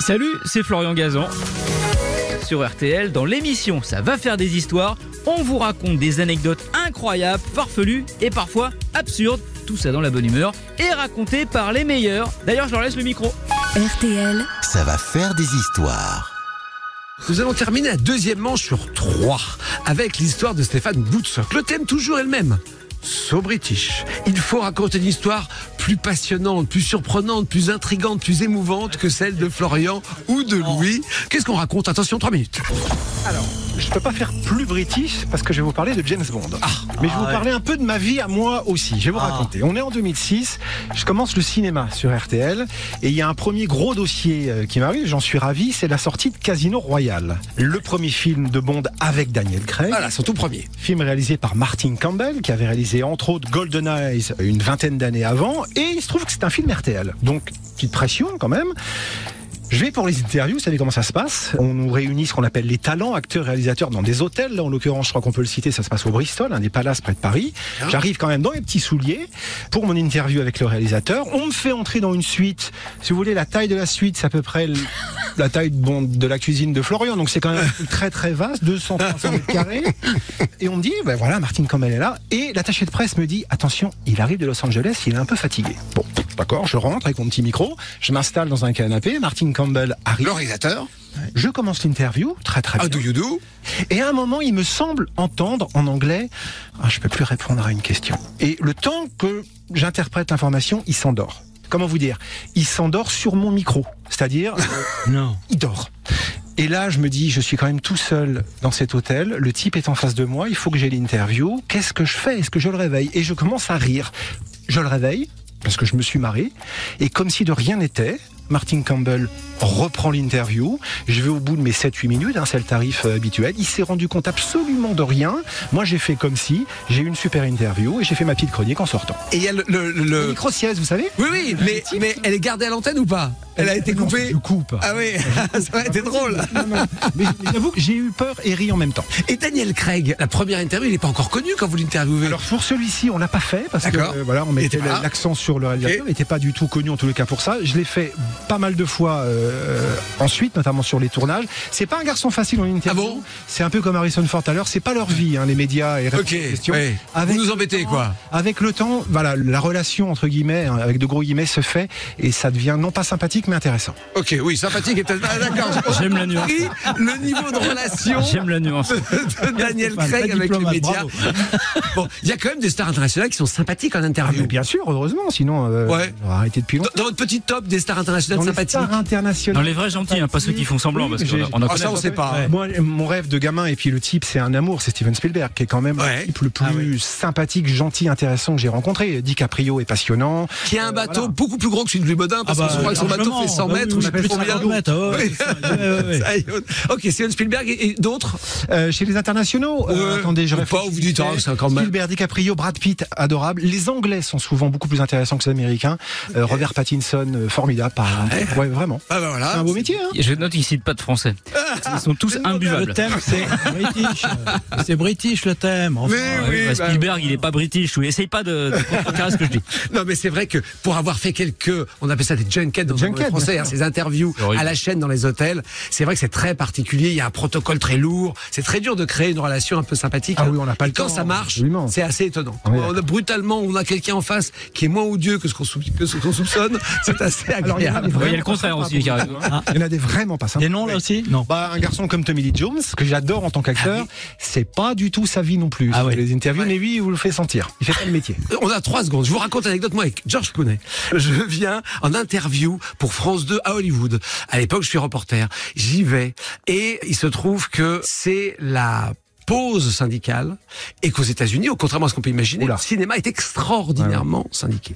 Salut, c'est Florian Gazan. Sur RTL, dans l'émission Ça va faire des histoires, on vous raconte des anecdotes incroyables, farfelues et parfois absurdes. Tout ça dans la bonne humeur et raconté par les meilleurs. D'ailleurs, je leur laisse le micro. RTL, Ça va faire des histoires. Nous allons terminer la deuxième manche sur trois avec l'histoire de Stéphane Boutsock. Le thème toujours est le même. So British. Il faut raconter une histoire plus passionnante, plus surprenante, plus intrigante, plus émouvante que celle de Florian ou de Louis. Qu'est-ce qu'on raconte Attention, trois minutes. Alors, je peux pas faire plus british parce que je vais vous parler de James Bond. mais je vais vous parler un peu de ma vie à moi aussi. Je vais vous raconter. On est en 2006, je commence le cinéma sur RTL et il y a un premier gros dossier euh, qui m'arrive, j'en suis ravi, c'est la sortie de Casino Royale. Le premier film de Bond avec Daniel Craig. Voilà, son tout premier. Film réalisé par Martin Campbell, qui avait réalisé entre autres Golden Eyes une vingtaine d'années avant, et il se trouve que c'est un film RTL. Donc, petite pression quand même. Je vais pour les interviews, vous savez comment ça se passe. On nous réunit ce qu'on appelle les talents, acteurs, réalisateurs dans des hôtels. Là, en l'occurrence, je crois qu'on peut le citer, ça se passe au Bristol, un des palaces près de Paris. J'arrive quand même dans mes petits souliers pour mon interview avec le réalisateur. On me fait entrer dans une suite. Si vous voulez, la taille de la suite, c'est à peu près le- la taille bon, de la cuisine de Florian. Donc c'est quand même un truc très très vaste, 200, 300 mètres carrés. Et on me dit, ben voilà, Martine Campbell est là. Et l'attaché de presse me dit, attention, il arrive de Los Angeles, il est un peu fatigué. Bon, d'accord, je rentre avec mon petit micro, je m'installe dans un canapé, Martin Campbell arrive. Le réalisateur. Je commence l'interview, très très How do bien. you do Et à un moment, il me semble entendre en anglais ah, Je peux plus répondre à une question. Et le temps que j'interprète l'information, il s'endort. Comment vous dire Il s'endort sur mon micro. C'est-à-dire, euh, il dort. Et là, je me dis, je suis quand même tout seul dans cet hôtel. Le type est en face de moi. Il faut que j'ai l'interview. Qu'est-ce que je fais Est-ce que je le réveille Et je commence à rire. Je le réveille parce que je me suis marré. Et comme si de rien n'était, Martin Campbell reprend l'interview. Je vais au bout de mes 7-8 minutes, hein, c'est le tarif euh, habituel. Il s'est rendu compte absolument de rien. Moi, j'ai fait comme si. J'ai eu une super interview et j'ai fait ma petite chronique en sortant. Et il y a le. le- le- Le Micro-sieste, vous savez Oui, oui, mais, mais elle est gardée à l'antenne ou pas Elle a été Non, coupée Je coupe. Ah oui, ça aurait été drôle. Non, non. Mais j'avoue que j'ai eu peur et ri en même temps. Et Daniel Craig, la première interview, il n'est pas encore connu quand vous l'interviewez. Alors pour celui-ci, on l'a pas fait parce que D'accord. euh, voilà, on mettait était pas là. l'accent sur le réalisateur. Ok. Il n'était pas du tout connu en tous les cas pour ça. Je l'ai fait pas mal de fois euh, ensuite, notamment sur les tournages. C'est pas un garçon facile en interview. Ah bon c'est un peu comme Harrison Ford à l'heure. C'est pas leur vie, hein, les médias et répondre Ok, aux questions. ouais. Avec vous nous le embêtez temps- quoi Avec le temps, voilà, la relation entre guillemets, hein, avec de gros guillemets, se fait et ça devient non pas sympathique mais intéressant. Ok, oui, sympathique et peut-être. Ah, d'accord, J'aime la nuance. j'ai compris le niveau de relation J'aime la nuance. de Daniel Stéphane, Craig très avec les diplomate, médias. Bon, il y a quand même des stars internationales qui sont sympathiques en interview. Ah, Mais bien sûr, heureusement, sinon euh, Ouais. on aurait arrêté depuis Dans, longtemps. dans votre petit top des stars internationales Dans les sympathiques. stars hein. internationales. Dans les vrais gentils, hein, pas ceux qui font semblant, Oui, parce mais qu'on j'ai- a- on en Ah, connaît. ça, on sait pas. hein. Moi, mon rêve de gamin, et puis le type, c'est un amour, c'est Steven Spielberg, qui est quand même Ouais. le type le plus sympathique, gentil, intéressant que j'ai rencontré. DiCaprio est passionnant. Qui a un bateau beaucoup plus gros que celui de Louis Baudin, parce Ah bah, que je crois que son bateau largement. fait 100 Bah oui, mètres ou je sais on plus appelle ça combien. 50 mètres, ah ouais, Oui. c'est ça, ouais, ouais, ouais. Ça y est. Ok, Steven Spielberg et, et d'autres. Euh, chez les internationaux, euh, Ouais. attendez, je Ou réfléchis. pas, ou vous dites, ah, c'est quand même- Spielberg, DiCaprio, Brad Pitt, adorable. Les Anglais sont souvent beaucoup plus intéressants que les Américains. Euh, Robert Pattinson, euh, formidable, par exemple. Ouais, vraiment. Ah bah C'est voilà. un beau métier, hein Je note qu'ils citent pas de français. Ils sont tous Le imbuvables. thème, c'est british. C'est british le thème. Enfin, Mais Ah oui, oui, bah, bah, Spielberg, il est pas british. Oui, essaye pas de, de faire ce que je dis. Non, mais c'est vrai que pour avoir fait quelques, on appelle ça des junkets dans le Junkets, monde français, bien hein, ces interviews horrible. à la chaîne dans les hôtels, c'est vrai que c'est très particulier. Il y a un protocole très lourd. C'est très dur de créer une relation un peu sympathique. Ah hein. oui, on n'a pas Et le Quand temps, ça marche, absolument. c'est assez étonnant. Ah oui, On a- brutalement, on a quelqu'un en face qui est moins odieux que ce qu'on sou- que ce qu'on soupçonne. C'est assez Alors, il y en a agréable. des Ouais, Il y a vraiment le pas contraire sympas, aussi qui arrive. Il y en a des vraiment pas sympas. Des noms là aussi Non. Bah, un garçon comme Tommy Lee Jones, que j'adore en tant qu'acteur, c'est pas du tout sa vie non plus. Ah Sur ouais. Les interviews, mais lui, il vous le fait sentir. Il fait pas le métier. Euh, On a trois secondes. Je vous raconte l'anecdote, moi, avec George Clooney. Je viens en interview pour France 2 à Hollywood. À l'époque, je suis reporter. J'y vais. Et il se trouve que c'est la pause syndicale et qu'aux États-Unis, au contrairement à ce qu'on peut imaginer, Oula. le cinéma est extraordinairement syndiqué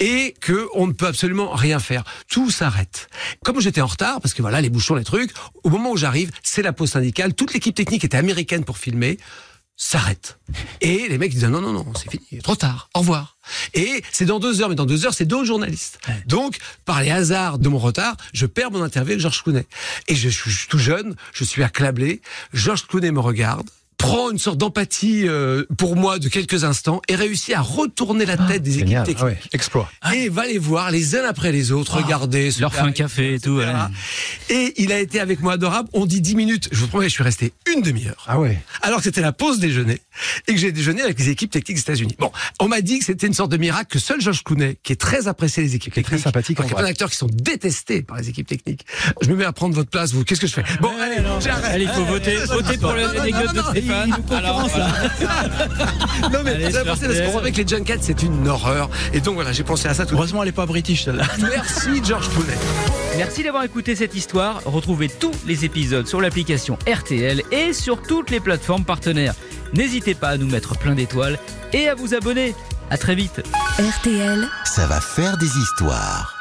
et que on ne peut absolument rien faire. Tout s'arrête. Comme j'étais en retard parce que voilà les bouchons, les trucs. Au moment où j'arrive, c'est la pause syndicale. Toute l'équipe technique était américaine pour filmer s'arrête. Et les mecs disent non, non, non, c'est fini, trop tard, au revoir. Et c'est dans deux heures, mais dans deux heures, c'est d'autres journalistes. Donc, par les hasards de mon retard, je perds mon interview avec Georges Clooney. Et je suis tout jeune, je suis accablé, Georges Clooney me regarde. prend une sorte d'empathie euh, pour moi de quelques instants et réussit à retourner la tête des équipes Génial. techniques. Ah ouais, Ah. exploit. Et va les voir les uns après les autres, regarder. se leur fait faire- un café et tout. ouais. etc. Et il a été avec moi adorable. On dit 10 minutes. Je vous promets, je suis resté une demi-heure. Ah ouais. Alors que c'était la pause déjeuner et que j'ai déjeuné avec les équipes techniques des États-Unis. Bon, on m'a dit que c'était une sorte de miracle que seul Georges Clooney, qui est très apprécié des équipes Qui est techniques, très sympathique, alors qu'il y a en plein d'acteurs qui sont détestés par les équipes techniques. Je me mets à prendre votre place, vous. Qu'est-ce que je fais Bon, allez, j'arrête. Allez, il faut voter. Votez pour l'anecdote de Stéphane. Alors, voilà. Non mais Allez, vous avez sur pensé parce qu'on RTL. savait que les Junkheads c'est une horreur et donc voilà j'ai pensé à ça tout de Heureusement, elle est pas british, celle-là. suite. Merci Georges Clooney. Merci d'avoir écouté cette histoire. Retrouvez tous les épisodes sur l'application RTL et sur toutes les plateformes partenaires. N'hésitez pas à nous mettre plein d'étoiles et à vous abonner. À très vite. RTL. Ça va faire des histoires.